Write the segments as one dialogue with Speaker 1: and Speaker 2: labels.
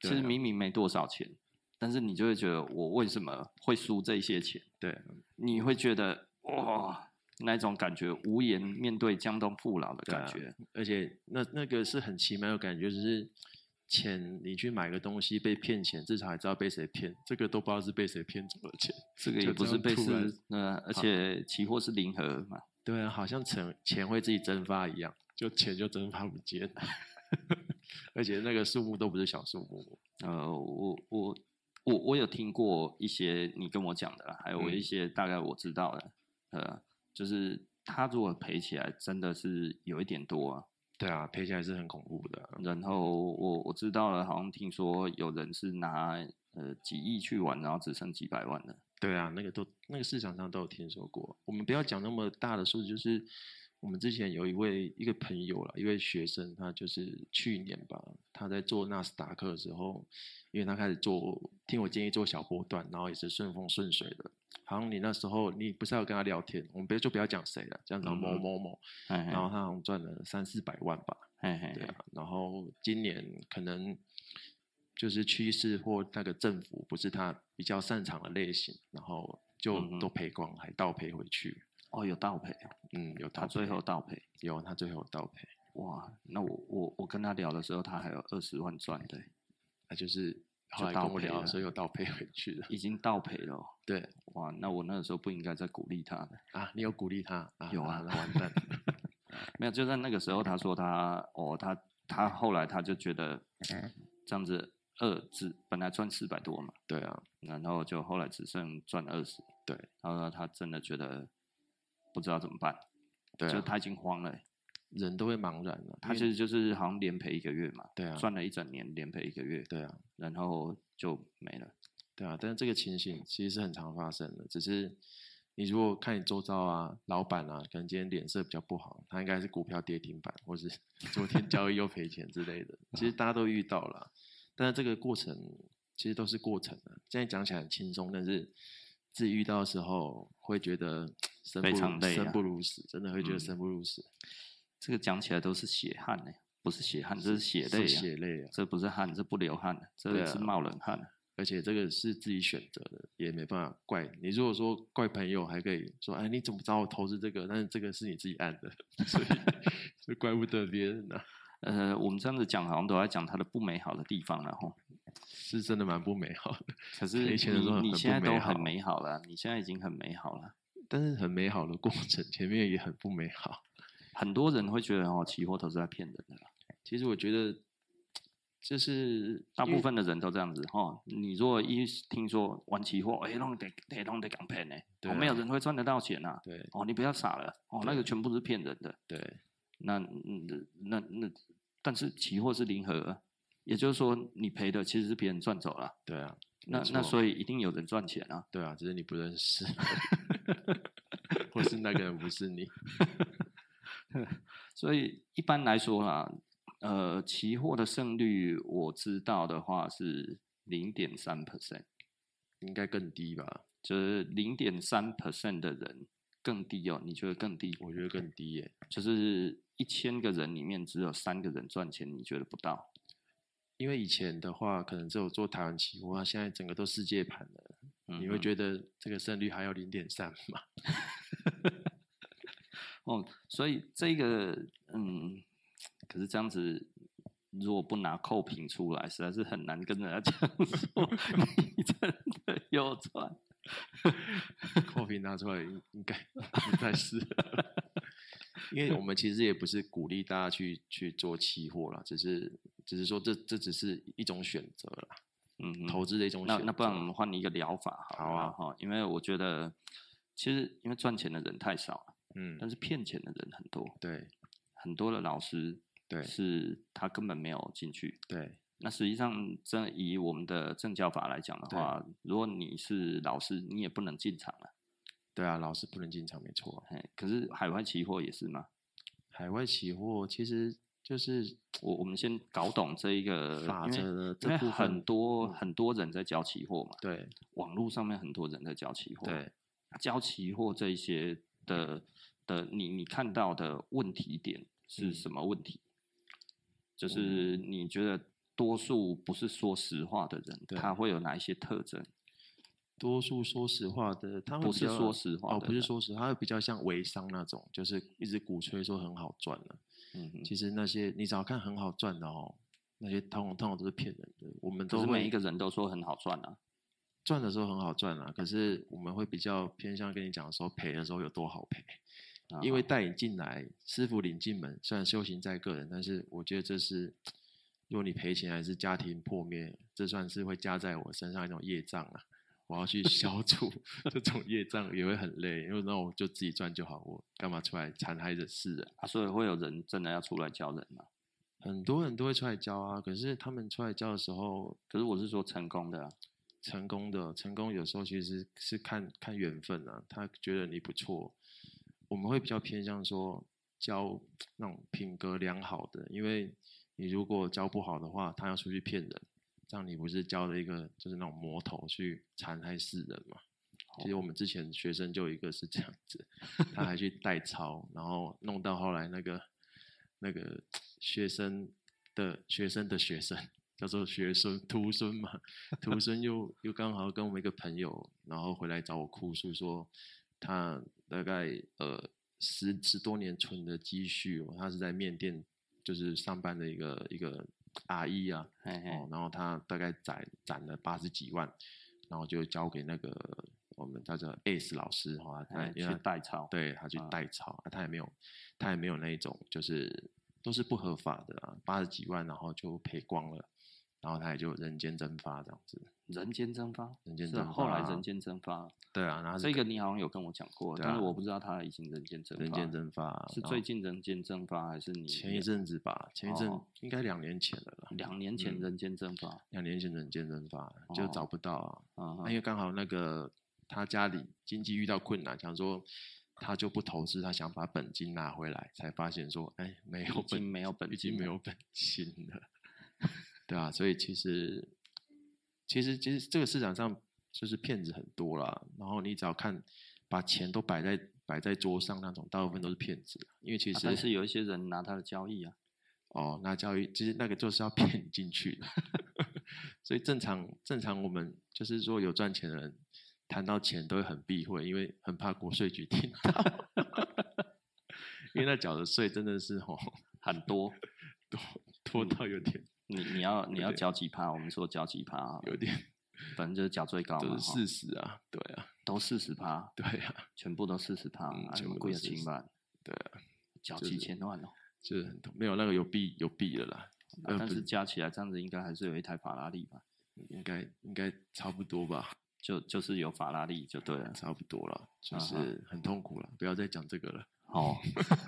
Speaker 1: 其
Speaker 2: 对
Speaker 1: 实
Speaker 2: 啊
Speaker 1: 明明没多少钱，但是你就会觉得我为什么会输这些钱？
Speaker 2: 对，
Speaker 1: 你会觉得哇，那种感觉无颜面对江东父老的
Speaker 2: 对啊
Speaker 1: 感觉。
Speaker 2: 而且那那个是很奇妙的感觉，就是钱你去买个东西被骗钱，至少还知道被谁骗，这个都不知道是被谁骗走的钱。
Speaker 1: 这个
Speaker 2: 就
Speaker 1: 也不
Speaker 2: 这
Speaker 1: 是
Speaker 2: 样
Speaker 1: 被
Speaker 2: 突然
Speaker 1: 是呃，而且期货是零和嘛，
Speaker 2: 对啊，好像钱钱会自己蒸发一样，就钱就蒸发不见， 而且那个数目都不是小数目。
Speaker 1: 呃，我我我我有听过一些你跟我讲的啦，还有我一
Speaker 2: 嗯
Speaker 1: 些大概我知道的，呃，就是他如果赔起来真的是有一点多啊。
Speaker 2: 对啊，赔起来是很恐怖的啊、
Speaker 1: 然后我我知道了，好像听说有人是拿呃几亿去玩，然后只剩几百万的。
Speaker 2: 对啊，那个都那个市场上都有听说过。我们不要讲那么大的数字，就是我们之前有一位一个朋友啦，一位学生，他就是去年吧，他在做纳斯达克的时候，因为他开始做，听我建议做小波段，然后也是顺风顺水的。好像你那时候你不是要跟他聊天，我们不要就不要讲谁了，这样子
Speaker 1: 嗯
Speaker 2: 某某某，
Speaker 1: 嘿嘿
Speaker 2: 然后他好像赚了三四百万吧，
Speaker 1: 嘿嘿
Speaker 2: 哦对
Speaker 1: 嘿，
Speaker 2: 啊，然后今年可能就是趋势或那个政府不是他比较擅长的类型，然后
Speaker 1: 嗯哼
Speaker 2: 就都赔光，还倒赔回去。
Speaker 1: 哦，有倒赔哦，
Speaker 2: 嗯，有
Speaker 1: 他
Speaker 2: 倒
Speaker 1: 最
Speaker 2: 赔
Speaker 1: 后倒赔，
Speaker 2: 有他最后有倒赔，
Speaker 1: 哇！那我我我跟他聊的时候，他还有二十万赚的，
Speaker 2: 他就是后
Speaker 1: 就
Speaker 2: 来
Speaker 1: 倒
Speaker 2: 跟我
Speaker 1: 赔
Speaker 2: 聊
Speaker 1: 了
Speaker 2: 的时候又倒赔回去了。
Speaker 1: 已经倒赔了哦，
Speaker 2: 对
Speaker 1: 哇！那我那个时候不应该再鼓励他的。
Speaker 2: 啊，你有鼓励他啊？
Speaker 1: 有啊
Speaker 2: 那完 蛋了。
Speaker 1: 没有，就在那个时候，他说他哦，他他后来他就觉得
Speaker 2: 嗯
Speaker 1: 这样子二只本来赚四百多嘛，
Speaker 2: 对啊，
Speaker 1: 然后就后来只剩赚二十，
Speaker 2: 对，
Speaker 1: 然后他真的觉得不知道怎么办，
Speaker 2: 对
Speaker 1: 就
Speaker 2: 啊，
Speaker 1: 他已经慌了欸、
Speaker 2: 人都会茫然的、
Speaker 1: 他
Speaker 2: 因
Speaker 1: 其
Speaker 2: 为
Speaker 1: 实就是好像连赔一个月嘛，
Speaker 2: 对啊，
Speaker 1: 赚了一整年，连赔一个月，
Speaker 2: 对啊，
Speaker 1: 然后就没了。
Speaker 2: 对啊，但是这个情形其实是很常发生的，只是你如果看你周遭啊，老板啊，可能今天脸色比较不好，他应该是股票跌停板，或是 昨天交易又赔钱之类的，其
Speaker 1: 啊
Speaker 2: 实大家都遇到了，但是这个过程其实都是过程的、现在讲起来很轻松，但是自己遇到的时候会觉得生
Speaker 1: 非
Speaker 2: 不
Speaker 1: 常
Speaker 2: 如
Speaker 1: 累啊
Speaker 2: 生不如死，真的会觉
Speaker 1: 嗯
Speaker 2: 得生不如死，
Speaker 1: 这个讲起来都是血汗呢、不是血汗，这是血
Speaker 2: 是
Speaker 1: 泪、啊，
Speaker 2: 血泪啊，
Speaker 1: 这不是汗，这不流汗，
Speaker 2: 对
Speaker 1: 这
Speaker 2: 啊
Speaker 1: 是冒冷汗。
Speaker 2: 而且这个是自己选择的，也没办法怪你。如果说怪朋友，还可以说，哎，你怎么知道我投资这个？但是这个是你自己按的， 所以就怪不得别人啊，
Speaker 1: 呃，我们这样子讲，好像都在讲它的不美好的地方了吼。
Speaker 2: 是真的蛮不美好的。
Speaker 1: 可是
Speaker 2: 赔钱的时候
Speaker 1: 你
Speaker 2: 很
Speaker 1: 你
Speaker 2: 不
Speaker 1: 现在都很
Speaker 2: 美好
Speaker 1: 美好了，你现在已经很美好了。
Speaker 2: 但是很美好的过程，前面也很不美好。
Speaker 1: 很多人会觉得哦，期货投资在骗人的啦，
Speaker 2: 其实我觉得，就是
Speaker 1: 大
Speaker 2: 因
Speaker 1: 部
Speaker 2: 为
Speaker 1: 分的人都这样子哦。你如果一听说玩期货，哎，弄得得弄得港骗呢，
Speaker 2: 对
Speaker 1: 哦，没有
Speaker 2: 啊
Speaker 1: 人会赚得到钱呐。
Speaker 2: 对
Speaker 1: 哦，你不要傻了，哦，那个全部是骗人的。
Speaker 2: 对
Speaker 1: 那嗯那那，但是期货是零和啊，也就是说你赔的其实是别人赚走了，
Speaker 2: 对啊，
Speaker 1: 那
Speaker 2: 没
Speaker 1: 那
Speaker 2: 错
Speaker 1: 所以一定有人赚钱啊。
Speaker 2: 对啊，只是你不认识， 或是那个人不是你。
Speaker 1: 所以一般来说啦，呃，期货的胜率我知道的话是零点三 percent，
Speaker 2: 应该更低吧？
Speaker 1: 就是零点三 percent 的人更低哦，你觉得更低？
Speaker 2: 我觉得更低耶、
Speaker 1: 就是一千个人里面只有三个人赚钱，你觉得不到？
Speaker 2: 因为以前的话，可能只有做台湾期货，它现在整个都世界盘了，你会
Speaker 1: 得
Speaker 2: 觉得这个胜率还有零点三 嘛？
Speaker 1: 哦，所以这个嗯，可是这样子。如果不拿扣品出来，实在是很难跟人家 讲说你真的有赚。
Speaker 2: 扣平拿出来应应 该不太是， 因为我们其实也不是鼓励大家去去做期货啦，只是只是说这这只是一种选择啦，
Speaker 1: 嗯哼，
Speaker 2: 投资的一种选
Speaker 1: 那
Speaker 2: 择。
Speaker 1: 那不然我们换一个疗法好
Speaker 2: 好
Speaker 1: 了啦
Speaker 2: 啊
Speaker 1: 哈，因为我觉得其实因为赚钱的人太少了，但
Speaker 2: 嗯，
Speaker 1: 是骗钱的人很多，
Speaker 2: 对
Speaker 1: 很多的老师
Speaker 2: 对
Speaker 1: 是他根本没有进去。
Speaker 2: 对
Speaker 1: 那实际上，真以我们的政教法来讲的
Speaker 2: 对
Speaker 1: 话，如果你是老师，你也不能进场了。
Speaker 2: 对啊，老师不能进场，没错。啊
Speaker 1: 哎，可是海外期货也是嘛。
Speaker 2: 海外期货其实就是
Speaker 1: 我我们先搞懂这一个
Speaker 2: 法
Speaker 1: 呃因为
Speaker 2: 则的
Speaker 1: 因为
Speaker 2: 这部分嗯
Speaker 1: 很多很多人在教期货嘛，
Speaker 2: 对
Speaker 1: 网络上面很多人在教期货。
Speaker 2: 对
Speaker 1: 交期货这一些的的你你看到的问题点是
Speaker 2: 嗯哦
Speaker 1: 什么问题？就是你觉得多数不是说实话的人，
Speaker 2: 对
Speaker 1: 他会有哪一些特征？
Speaker 2: 多数说实话的，他会
Speaker 1: 不
Speaker 2: 比
Speaker 1: 是
Speaker 2: 较
Speaker 1: 说实话
Speaker 2: 哦，
Speaker 1: 的
Speaker 2: 不是
Speaker 1: 人
Speaker 2: 说实话，他会比较像微商那种，就是一直鼓吹说很好赚的、
Speaker 1: 嗯哼，
Speaker 2: 其实那些你只要看很好赚的哦，那些通通常都是骗人的。我们
Speaker 1: 可
Speaker 2: 都
Speaker 1: 是
Speaker 2: 会
Speaker 1: 每一个人都说很好赚啊，
Speaker 2: 赚的时候很好赚啊，可是我们会比较偏向跟你讲说赔的时候有多好赔，
Speaker 1: 啊
Speaker 2: 因为带你进来，师傅领进门，虽然修行在个人，但是我觉得这是，如果你赔钱还是家庭破灭，这算是会加在我身上一种业障啊。我要去消除这种业障也会很累，因为那我就自己赚就好，我干嘛出来残害着世人？
Speaker 1: 啊，所以会有人真的要出来教人啊嘛。
Speaker 2: 很多人都会出来教啊，可是他们出来教的时候，
Speaker 1: 可是我是说成功的、啊，
Speaker 2: 成功的成功有时候其实是看看缘分啊，他觉得你不错，我们会比较偏向说教那种品格良好的，因为你如果教不好的话，他要出去骗人，这样你不是教了一个就是那种魔头去残害世人嘛？其实我们之前学生就有一个是这样子，他还去代抄，然后弄到后来那个那个学生的学生的学生叫做学生徒孙嘛，徒孙又又刚好跟我们一个朋友，然后回来找我哭诉说，他大概呃十十多年存的积蓄哦，他是在面店就是上班的一个一个阿姨啊，
Speaker 1: 嘿嘿，
Speaker 2: 哦，然后他大概攒攒了八十几万，然后就交给那个我们叫做 S 老师哈、哦，他
Speaker 1: 哎
Speaker 2: 因为
Speaker 1: 去
Speaker 2: 他
Speaker 1: 代抄
Speaker 2: 对他去
Speaker 1: 啊
Speaker 2: 代抄、啊他也没有他也没有那一种就是都是不合法的啊，八十几万然后就赔光了，然后他也就人间蒸发这样子，
Speaker 1: 人间蒸发，
Speaker 2: 人间
Speaker 1: 是啊
Speaker 2: 蒸
Speaker 1: 后来
Speaker 2: 发
Speaker 1: 人间蒸发，
Speaker 2: 对啊，然后他是
Speaker 1: 这个你好像有跟我讲过，
Speaker 2: 对
Speaker 1: 但是
Speaker 2: 啊
Speaker 1: 我不知道他已经人间蒸发，
Speaker 2: 人间蒸发
Speaker 1: 是
Speaker 2: 然
Speaker 1: 最
Speaker 2: 后
Speaker 1: 近人间蒸发还是你
Speaker 2: 啊前一阵子吧，前一阵、
Speaker 1: 哦
Speaker 2: 应该两年前了啦，
Speaker 1: 两年前
Speaker 2: 嗯
Speaker 1: 人间蒸发
Speaker 2: 两年前人间蒸发就
Speaker 1: 哦
Speaker 2: 找不到啊，
Speaker 1: 啊
Speaker 2: 那因为刚好那个他家里经济遇到困难，想说他就不投资，他想把本金拿回来，才发现说，哎，没有
Speaker 1: 已
Speaker 2: 本，
Speaker 1: 经没有本
Speaker 2: 已经
Speaker 1: 金
Speaker 2: 没
Speaker 1: 了
Speaker 2: 有本金了， 对啊，所以其实其实其实这个市场上就是骗子很多啦，然后你只要看把钱都摆在摆在桌上那种，大部分都是骗子啦，因为其
Speaker 1: 啊
Speaker 2: 实、
Speaker 1: 但是有一些人拿他的交易啊，
Speaker 2: 哦，那教育其实那个就是要 骗你进去的，所以正常正常我们就是说有赚钱的人谈到钱都会很避讳，因为很怕国税局听到， 因为那缴的税真的是哦
Speaker 1: 很多，
Speaker 2: 多多到有点
Speaker 1: 你你要你要
Speaker 2: 对
Speaker 1: 交几趴，我们说交几趴啊，
Speaker 2: 有点
Speaker 1: 反正就是交最高嘛，
Speaker 2: 都
Speaker 1: 哈
Speaker 2: 是事实啊，对啊
Speaker 1: 都四十趴，
Speaker 2: 对啊，
Speaker 1: 全部都四十趴，
Speaker 2: 嗯
Speaker 1: 啊
Speaker 2: 全
Speaker 1: 那么
Speaker 2: 部
Speaker 1: 贵
Speaker 2: 都
Speaker 1: 的情
Speaker 2: 40
Speaker 1: 版，
Speaker 2: 对啊，
Speaker 1: 缴
Speaker 2: 就
Speaker 1: 几
Speaker 2: 是
Speaker 1: 千万哦，
Speaker 2: 就是很痛没有那个有避有避了啦，
Speaker 1: 啊
Speaker 2: 呃
Speaker 1: 但
Speaker 2: 不
Speaker 1: 是
Speaker 2: 是
Speaker 1: 加起来这样子应该还是有一台法拉利吧，
Speaker 2: 应该应该差不多吧，
Speaker 1: 就就是有法拉利就对了，
Speaker 2: 差不多了，就
Speaker 1: 啊哈
Speaker 2: 是很痛苦了，不要再讲这个了，
Speaker 1: 哦，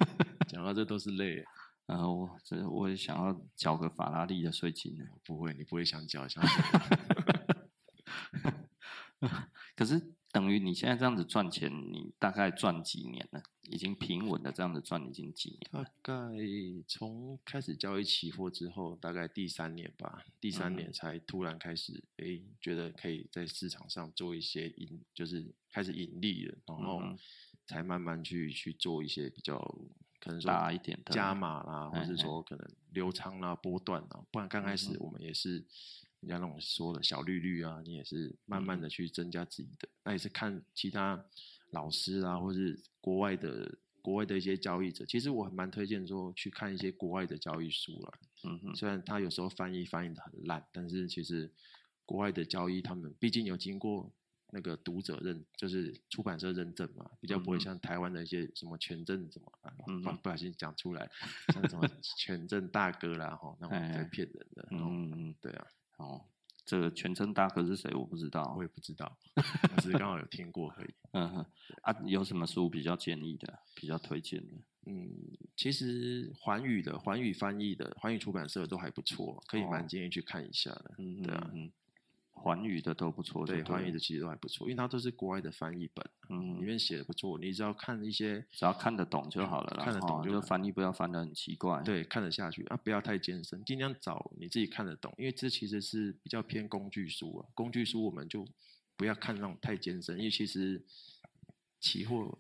Speaker 2: 讲到这都是泪。
Speaker 1: 然后呃我这我也想要缴个法拉利的税金呢，
Speaker 2: 不会，你不会想缴，想
Speaker 1: 可是等于你现在这样子赚钱，你大概赚几年了？已经平稳的这样子赚已经几年
Speaker 2: 大概从开始交易期货之后，大概第三年吧，第三
Speaker 1: 嗯
Speaker 2: 年才突然开始，诶，觉得可以在市场上做一些盈，就是开始盈利了，然后
Speaker 1: 嗯哼
Speaker 2: 才慢慢去去做一些比较可能说
Speaker 1: 大一点的
Speaker 2: 加码啦，或
Speaker 1: 嘿
Speaker 2: 是
Speaker 1: 嘿
Speaker 2: 说可能留仓啦、波段啦，不然刚开
Speaker 1: 哎嗯
Speaker 2: 始
Speaker 1: 哼
Speaker 2: 我们也是。人家那种说的小绿绿啊，你也是慢
Speaker 1: 嗯
Speaker 2: 慢的去增加自己的，那也是看其他老师啊，或是国外的国外的一些交易者。其实我还蛮推荐说去看一些国外的交易书啦，
Speaker 1: 嗯哼，
Speaker 2: 虽然他有时候翻译翻译的很烂，但是其实国外的交易他们毕竟有经过那个读者认，就是出版社认证嘛，比较不会
Speaker 1: 嗯哼
Speaker 2: 像台湾的一些什么权证什么，啊
Speaker 1: 嗯
Speaker 2: 不
Speaker 1: 哼
Speaker 2: 不小心讲 出来，像什么权证大哥啦吼，那种
Speaker 1: 哎
Speaker 2: 在
Speaker 1: 哎
Speaker 2: 骗人的，嗯，
Speaker 1: 嗯嗯，
Speaker 2: 对啊，
Speaker 1: 哦，这个全称大哥是谁？我不知道
Speaker 2: 我。也不知道， 我只是刚好有听过而已。
Speaker 1: 嗯哼，啊，有什么书比较建议的，比较推荐的？
Speaker 2: 嗯，其实环宇的环宇翻译的环宇出版社都还不错，可以
Speaker 1: 哦
Speaker 2: 蛮建议去看一下的。
Speaker 1: 嗯哼
Speaker 2: 对啊
Speaker 1: 嗯哼，环宇的都不错，
Speaker 2: 对，
Speaker 1: 环
Speaker 2: 环宇
Speaker 1: 宇
Speaker 2: 的，其实都还不错，因为它都是国外的翻译本，
Speaker 1: 嗯
Speaker 2: 里
Speaker 1: 哼，
Speaker 2: 面写的不错，你只要看一些
Speaker 1: 只要看得懂就好了啦。
Speaker 2: 看得懂
Speaker 1: 哦
Speaker 2: 就
Speaker 1: 就
Speaker 2: 好
Speaker 1: 翻译不要翻的很奇怪。，
Speaker 2: 对看得下去啊，不要太艰深，尽量找你自己看得懂，因为这其实是比较偏工具书啊。工具书我们就不要看那种太艰深，因为其实期货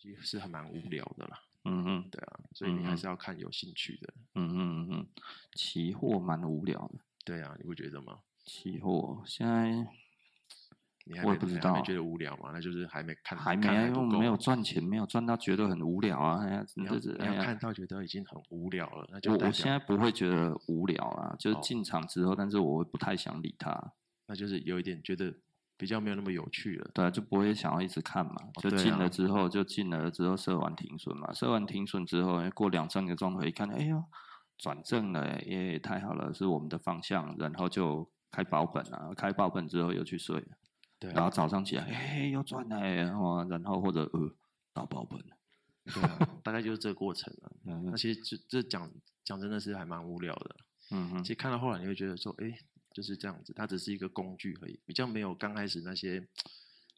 Speaker 2: 其实是还蛮无聊的啦，
Speaker 1: 嗯哼，
Speaker 2: 对啊，所以你还
Speaker 1: 嗯
Speaker 2: 是要看有兴趣的。
Speaker 1: 嗯哼嗯哼，期货蛮无聊的。
Speaker 2: 对啊，你不觉得吗？
Speaker 1: 期货现在
Speaker 2: 你还
Speaker 1: 我
Speaker 2: 没
Speaker 1: 也不知
Speaker 2: 还
Speaker 1: 道
Speaker 2: 没觉得无聊吗？那就是还没看，
Speaker 1: 还没
Speaker 2: 看
Speaker 1: 啊，因为
Speaker 2: 不
Speaker 1: 我
Speaker 2: 够
Speaker 1: 们没有赚钱，没有赚到，觉得很无聊啊！哎呀，
Speaker 2: 你要
Speaker 1: 这是
Speaker 2: 你
Speaker 1: 哎
Speaker 2: 要
Speaker 1: 呀
Speaker 2: 看，到觉得已经很无聊了，那就
Speaker 1: 我
Speaker 2: 代
Speaker 1: 我
Speaker 2: 表
Speaker 1: 现在不会觉得无聊啦，就是
Speaker 2: 哦
Speaker 1: 进场之后，但是我不太想理它，
Speaker 2: 那就是有一点觉得比较没有那么有趣了。
Speaker 1: 对啊，就不会想要一直看嘛，就
Speaker 2: 对
Speaker 1: 进
Speaker 2: 啊
Speaker 1: 了之后就进了之后设完停损嘛，设完停损之后，哎过两三个钟头一看，哎呀，转正了，耶，太好了，是我们的方向，然后就开保本啊，开保本之后又去睡了，
Speaker 2: 对
Speaker 1: 然
Speaker 2: 啊
Speaker 1: 后，早上起来，哎，又赚了耶，然后然后或者呃，打保本了，
Speaker 2: 对啊，大概就是这个过程了。
Speaker 1: 嗯
Speaker 2: 那其实这这讲讲真的是还蛮无聊的。
Speaker 1: 嗯哼
Speaker 2: 其，实看到后来你会觉得说，哎，就是这样子，它只是一个工具而已，比较没有刚开始那些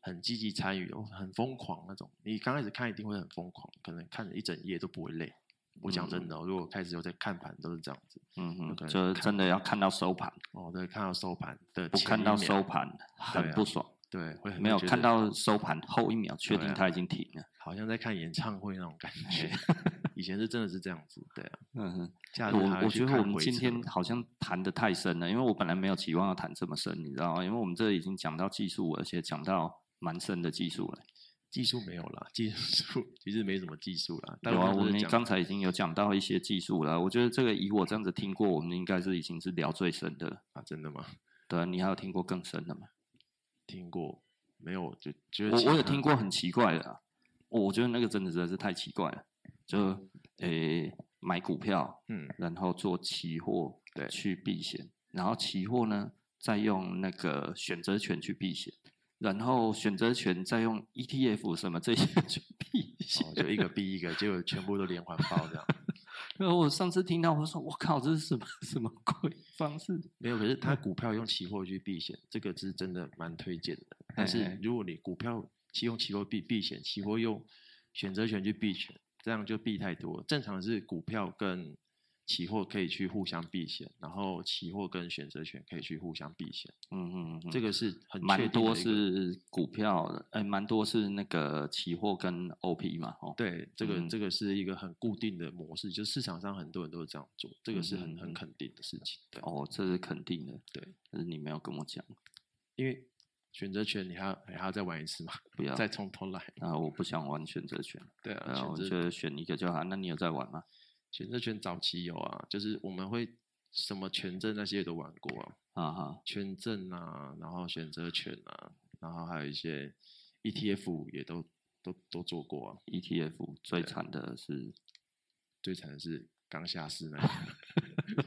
Speaker 2: 很积极参与、哦很疯狂那种。你刚开始看一定会很疯狂，可能看了一整夜都不会累。我讲真的哦、如果开始有在看盘都是这样子。
Speaker 1: 嗯
Speaker 2: 有
Speaker 1: 哼
Speaker 2: 可，能
Speaker 1: 就是
Speaker 2: 看
Speaker 1: 真的要看到收盘，
Speaker 2: 哦，对，看到收盘的
Speaker 1: 不
Speaker 2: 前
Speaker 1: 看
Speaker 2: 一
Speaker 1: 到
Speaker 2: 秒
Speaker 1: 收，盘很
Speaker 2: 对啊
Speaker 1: 不爽，
Speaker 2: 对，会很
Speaker 1: 没有
Speaker 2: 觉
Speaker 1: 看
Speaker 2: 得
Speaker 1: 到收盘后一秒确
Speaker 2: 对
Speaker 1: 定
Speaker 2: 啊
Speaker 1: 它已经停了。
Speaker 2: 好像在看演唱会那种感觉。 以前是真的是这样子，对啊。
Speaker 1: 嗯哼，
Speaker 2: 假日
Speaker 1: 哎
Speaker 2: 还
Speaker 1: 我
Speaker 2: 会
Speaker 1: 我
Speaker 2: 去
Speaker 1: 觉得
Speaker 2: 看
Speaker 1: 我们
Speaker 2: 回
Speaker 1: 今
Speaker 2: 程
Speaker 1: 天好像谈的太深了，因为我本来没有期望要谈这么深，你知道吗？因为我们这已经讲到技术，而且讲到蛮深的技术了。
Speaker 2: 技术没有啦，技术其实没什么技术啦。但
Speaker 1: 有啊，
Speaker 2: 们
Speaker 1: 我
Speaker 2: 都是
Speaker 1: 们
Speaker 2: 讲
Speaker 1: 刚才已经有讲到一些技术了。我觉得这个以我这样子听过，我们应该是已经是聊最深的了。
Speaker 2: 啊，真的吗？
Speaker 1: 对啊，你还有听过更深的吗？
Speaker 2: 听过没有？就觉得
Speaker 1: 我
Speaker 2: 其
Speaker 1: 我有
Speaker 2: 他
Speaker 1: 听过很奇怪的、啊，我我觉得那个真的实在是太奇怪了，就诶、买股票，
Speaker 2: 嗯，
Speaker 1: 然后做期货，
Speaker 2: 对
Speaker 1: 去避险，然后期货呢再用那个选择权去避险，然后选择权再用 ETF 什么这些去避险。
Speaker 2: 哦，就一个逼一个，结果全部都连环爆这样。
Speaker 1: 然后我上次听到我说我靠，这是什么什么鬼方 式？
Speaker 2: 没有，可是它股票用期货去避险，这个是真的蛮推荐的。但
Speaker 1: 嘿
Speaker 2: 是
Speaker 1: 嘿
Speaker 2: 如果你股票期用期货避避险，期货用选择权去避险，这样就避太多了。正常是股票跟期货可以去互相避险，然后期货跟选择权可以去互相避险，
Speaker 1: 嗯嗯嗯，
Speaker 2: 这个是很确
Speaker 1: 蛮
Speaker 2: 定的
Speaker 1: 多
Speaker 2: 一个
Speaker 1: 是股票，哎，蛮多是那个期货跟 OP 嘛，哦，
Speaker 2: 对，这个、
Speaker 1: 嗯
Speaker 2: 这个是一个很固定的模式，就市场上很多人都是这样做，这个是很
Speaker 1: 嗯嗯
Speaker 2: 很
Speaker 1: 嗯
Speaker 2: 肯定的事情。对，
Speaker 1: 哦，这是肯定的。
Speaker 2: 对，
Speaker 1: 但是你没有跟我讲，
Speaker 2: 因为选择权你还要还要再玩一次嘛，
Speaker 1: 不要。
Speaker 2: 再从头来。
Speaker 1: 啊，我不想玩选择权，
Speaker 2: 对啊，
Speaker 1: 啊，我
Speaker 2: 选
Speaker 1: 觉
Speaker 2: 择
Speaker 1: 得选一个就好。那你有在玩吗？
Speaker 2: 选择权早期有啊，就是我们会什么权证那些也都玩过啊，
Speaker 1: 啊哈，
Speaker 2: 权证啊，然后选择权啊，然后还有一些 ETF 也都都都做过啊。
Speaker 1: ETF ，E 最
Speaker 2: 对
Speaker 1: 惨的是
Speaker 2: 最惨的是刚下市那一年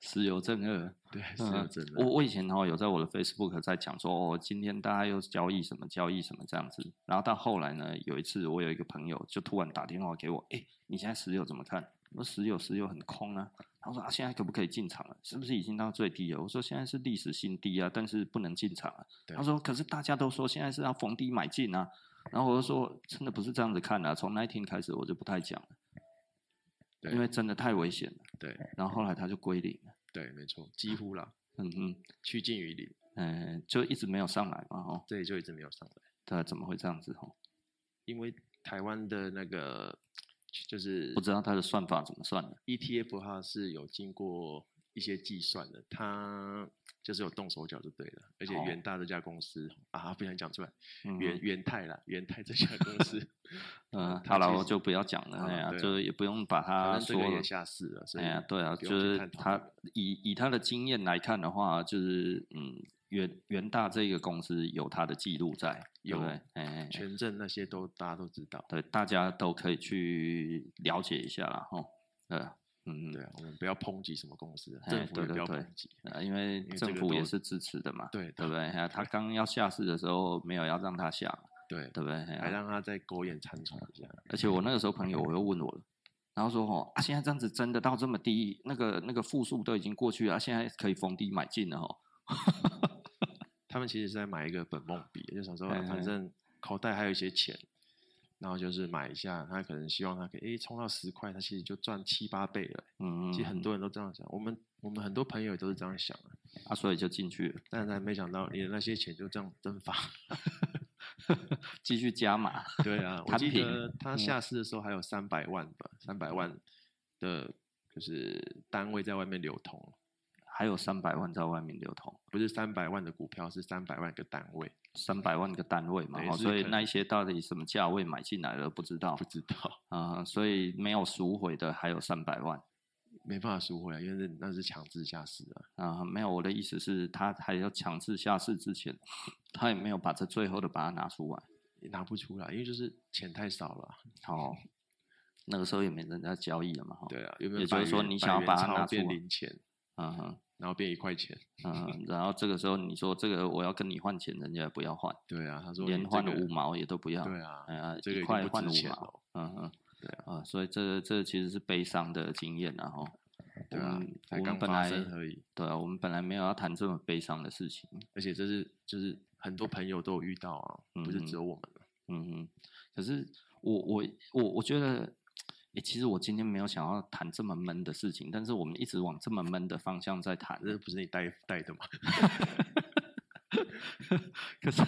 Speaker 1: 石油正二，
Speaker 2: 对，是有
Speaker 1: 嗯
Speaker 2: 真的。
Speaker 1: 我我以前哦有在我的 Facebook 在讲说，哦，今天大家又交易什么交易什么这样子。然后到后来呢，有一次我有一个朋友就突然打电话给我，哎，你现在石油怎么看？我说石油石油很空啊。他说啊，现在可不可以进场了？是不是已经到最低了？我说现在是历史新低啊，但是不能进场啊。
Speaker 2: 对
Speaker 1: 他说可是大家都说现在是要逢低买进啊。然后我就说真的不是这样子看的、啊，从那一天开始我就不太讲了，
Speaker 2: 对
Speaker 1: 因为真的太危险了。
Speaker 2: 对
Speaker 1: 然后后来他就归零了，
Speaker 2: 对，没错，几乎啦，
Speaker 1: 嗯哼。
Speaker 2: 趋近于零，
Speaker 1: 嗯，就一直没有上来嘛，哦，
Speaker 2: 这里就一直没有上来。
Speaker 1: 对啊，怎么会这样子？哦，
Speaker 2: 因为台湾的那个就是
Speaker 1: 不知道它的算法怎么算的。
Speaker 2: ETF 它是有经过一些计算的，它就是有动手脚就对了。而且
Speaker 1: 哦
Speaker 2: 元大这家公司、啊，不想讲出来，
Speaker 1: 嗯
Speaker 2: 元
Speaker 1: 哼，，
Speaker 2: 元泰啦，元泰这家公司
Speaker 1: 嗯，
Speaker 2: 它
Speaker 1: 好了，
Speaker 2: 其
Speaker 1: 我
Speaker 2: 实
Speaker 1: 就不要讲了，
Speaker 2: 好
Speaker 1: 哎
Speaker 2: 啦
Speaker 1: 呀，
Speaker 2: 对啊
Speaker 1: 就是也不用把它
Speaker 2: 反正这
Speaker 1: 说
Speaker 2: 个
Speaker 1: 了
Speaker 2: 也。下市了，所以
Speaker 1: 哎呀，对啊，
Speaker 2: 不
Speaker 1: 就
Speaker 2: 用去
Speaker 1: 是
Speaker 2: 探讨这
Speaker 1: 他
Speaker 2: 个
Speaker 1: 以以他的经验来看的话，就是嗯，元元大这个公司有它的记录在，对不
Speaker 2: 有
Speaker 1: 对？哎哎，哎
Speaker 2: 权证那些都大家都知道。
Speaker 1: 对，大家都可以去了解一下啦，哦，对啊，嗯，
Speaker 2: 对啊，我们不要抨击什么公司啊，
Speaker 1: 哎
Speaker 2: 政府
Speaker 1: 对
Speaker 2: 也不
Speaker 1: 对
Speaker 2: 要
Speaker 1: 对
Speaker 2: 抨击。
Speaker 1: 呃，因为
Speaker 2: 因为这
Speaker 1: 政
Speaker 2: 个
Speaker 1: 府也
Speaker 2: 都
Speaker 1: 是支持的嘛，
Speaker 2: 对
Speaker 1: 对不对？
Speaker 2: 的
Speaker 1: 哎呀，他刚要下市的时候没有要让他下嘛，
Speaker 2: 对，
Speaker 1: 对不对？哎呀
Speaker 2: 还让他再苟延残喘一下。
Speaker 1: 而且我那个时候朋友我又问我了，然后说哦，啊，现在这样子真的到这么低，那个那个负数都已经过去了，啊现在可以逢低买进了哦。
Speaker 2: 他们其实是在买一个本梦比，就想说啊
Speaker 1: 嗯
Speaker 2: 反
Speaker 1: 嗯
Speaker 2: 正口袋还有一些钱，然后就是买一下，他可能希望他可以诶冲到十块，他其实就赚七八倍了。
Speaker 1: 嗯，
Speaker 2: 其实很
Speaker 1: 嗯
Speaker 2: 多人都这样想，我们我们很多朋友也都是这样想啊，
Speaker 1: 啊，所以就进去了，
Speaker 2: 但是没想到你的那些钱就这样蒸发。
Speaker 1: 继续加码。
Speaker 2: 对啊，我
Speaker 1: 摊
Speaker 2: 记
Speaker 1: 平
Speaker 2: 得他
Speaker 1: 嗯
Speaker 2: 下市的时候还有三百万吧，三百万的就是单位在外面流通，
Speaker 1: 还有三百万在外面流通，
Speaker 2: 不是三百万的股票，是三百万个单位，
Speaker 1: 三百万个单位嘛，
Speaker 2: 对
Speaker 1: 哦
Speaker 2: 是
Speaker 1: 所以
Speaker 2: 可能
Speaker 1: 那一些到底什么价位买进来的不知道
Speaker 2: 不知道，
Speaker 1: 啊、所以没有赎回的还有三百万
Speaker 2: 没办法赎回来，啊因为那那是强制下市啊。
Speaker 1: 啊、没有我的意思是，他还要强制下市之前，他也没有把这最后的把它拿出来。
Speaker 2: 也拿不出来，因为就是钱太少了啊。
Speaker 1: 哦，那个时候也没人在交易了嘛，哈、
Speaker 2: 对啊，有没有？
Speaker 1: 也就是说你想要把它拿出来
Speaker 2: 变零钱，
Speaker 1: 嗯哼，
Speaker 2: 然后变一块钱。
Speaker 1: 嗯哼， 然后这个时候你说这个我要跟你换钱，人家也不要换，
Speaker 2: 对啊，他说你
Speaker 1: 连换
Speaker 2: 这个
Speaker 1: 五，毛也都不要，
Speaker 2: 对啊
Speaker 1: 哎呀、
Speaker 2: 这个
Speaker 1: 一
Speaker 2: 已
Speaker 1: 块
Speaker 2: 经不
Speaker 1: 换
Speaker 2: 值
Speaker 1: 五
Speaker 2: 钱
Speaker 1: 毛，
Speaker 2: 了。
Speaker 1: 嗯哼，
Speaker 2: 对
Speaker 1: 啊、所以这这其实是悲伤的经验然后
Speaker 2: 对啊
Speaker 1: 哎我们，我
Speaker 2: 才
Speaker 1: 们
Speaker 2: 刚
Speaker 1: 本
Speaker 2: 发
Speaker 1: 来
Speaker 2: 生而已。
Speaker 1: 对啊，我们本来没有要谈这么悲伤的事情，
Speaker 2: 而且这是就是很多朋友都有遇到啊，不是只有我们啊。
Speaker 1: 嗯嗯，可是我我我我觉得，诶，其实我今天没有想要谈这么闷的事情，但是我们一直往这么闷的方向在谈，
Speaker 2: 这不是你带带的嘛？
Speaker 1: 可是，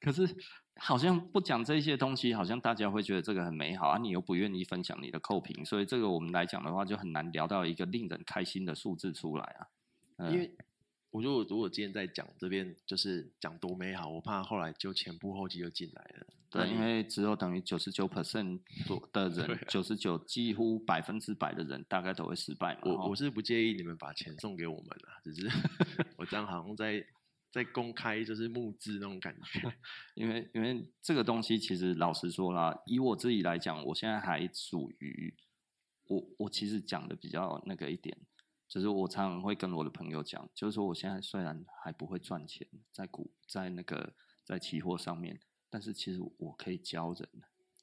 Speaker 1: 可是，好像不讲这些东西，好像大家会觉得这个很美好啊，你又不愿意分享你的扣评，所以这个我们来讲的话，就很难聊到一个令人开心的数字出来啊。嗯
Speaker 2: 因为我如果如果今天在讲这边就是讲多美好，我怕后来就前仆后继就进来了。
Speaker 1: 呃对，
Speaker 2: 那
Speaker 1: 因
Speaker 2: 你
Speaker 1: 为只有等于九十九 percent 多的
Speaker 2: 对
Speaker 1: 人
Speaker 2: 啊，
Speaker 1: 九十九几乎百分之百的人，大概都会失败嘛。
Speaker 2: 我我
Speaker 1: 吼
Speaker 2: 是不介意你们把钱送给我们啊，只是 我这样好像在在公开就是募资那种感觉。
Speaker 1: 因为因为这个东西，其实老实说啦，以我自己来讲，我现在还属于我我其实讲的比较那个一点，就是我常常会跟我的朋友讲，就是说我现在虽然还不会赚钱，在股在那个在期货上面，但是其实我可以教人，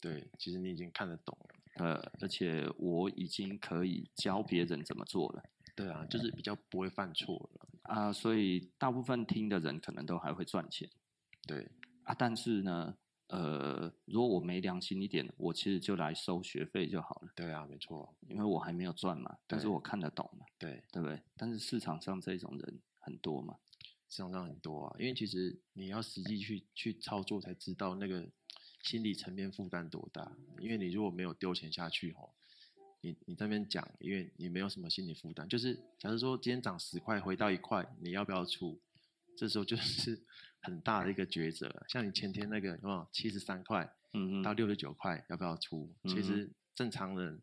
Speaker 2: 对，其实你已经看得懂了。
Speaker 1: 呃，而且我已经可以教别人怎么做了
Speaker 2: 对啊，就是比较不会犯错了。
Speaker 1: 啊、所以大部分听的人可能都还会赚钱。
Speaker 2: 对，
Speaker 1: 啊，但是呢，呃，如果我没良心一点，我其实就来收学费就好了，
Speaker 2: 对啊，没错，
Speaker 1: 因为我还没有赚嘛，但是
Speaker 2: 对
Speaker 1: 我看得懂嘛，
Speaker 2: 对，
Speaker 1: 对不对？但是市场上这种人很多嘛，
Speaker 2: 市场上很多啊，因为其实你要实际去去操作才知道那个心理层面负担多大。因为你如果没有丢钱下去吼，你你这边讲，因为你没有什么心理负担，就是假如说今天涨十块回到一块，你要不要出？这时候就是 很大的一个抉择了。像你前天那个有没有七十三块，
Speaker 1: 嗯
Speaker 2: 到
Speaker 1: 嗯，
Speaker 2: 六十九块要不要出？其
Speaker 1: 嗯
Speaker 2: 实正常人，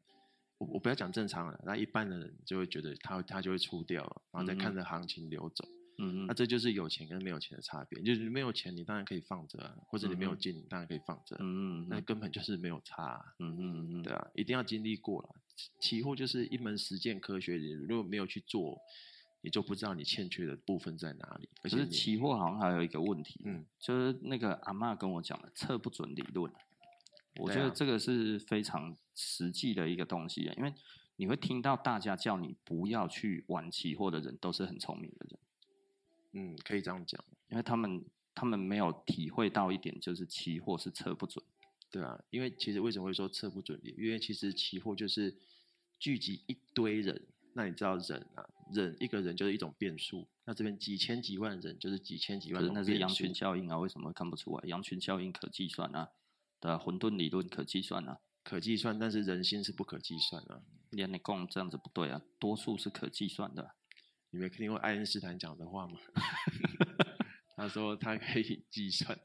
Speaker 2: 我我不要讲正常人，那一般的人就会觉得他他就会出掉了，然后再
Speaker 1: 嗯
Speaker 2: 看着行情流走。
Speaker 1: 嗯
Speaker 2: 那
Speaker 1: 嗯
Speaker 2: 这就是有钱跟没有钱的差别。就是没有钱，你当然可以放着、啊，或者你没有
Speaker 1: 嗯哼
Speaker 2: 进，你当然可以放着啊。
Speaker 1: 嗯嗯
Speaker 2: 那根本就是没有差啊、
Speaker 1: 嗯嗯嗯
Speaker 2: 对啊，一定要经历过了。期期货就是一门实践科学，你如果没有去做，你就不知道你欠缺的部分在哪里。而
Speaker 1: 可
Speaker 2: 且
Speaker 1: 是
Speaker 2: 你
Speaker 1: 期货好像还有一个问题，
Speaker 2: 嗯，
Speaker 1: 就是那个阿嬷跟我讲的测不准理论，我
Speaker 2: 对
Speaker 1: 觉得
Speaker 2: 啊
Speaker 1: 这个是非常实际的一个东西，啊因为你会听到大家叫你不要去玩期货的人，都是很聪明的人。
Speaker 2: 嗯，可以这样讲。
Speaker 1: 因为他们他们没有体会到一点，就是期货是测不准。
Speaker 2: 对啊，因为其实为什么会说测不准点？因为其实期货就是聚集一堆人，那你知道人啊，人一个人就是一种变数。那这边几千几万人就是几千几
Speaker 1: 可
Speaker 2: 万
Speaker 1: 是
Speaker 2: 种
Speaker 1: 那
Speaker 2: 变数，
Speaker 1: 是羊群效应啊，为什么看不出来？羊群效应可计算啊，对啊，混沌理论可计算啊。
Speaker 2: 可计算，但是人心是不可计算啊。
Speaker 1: 连你共这样子不对啊，多数是可计算的啊、
Speaker 2: 你们听过爱因斯坦讲的话吗？ 他说他可以计算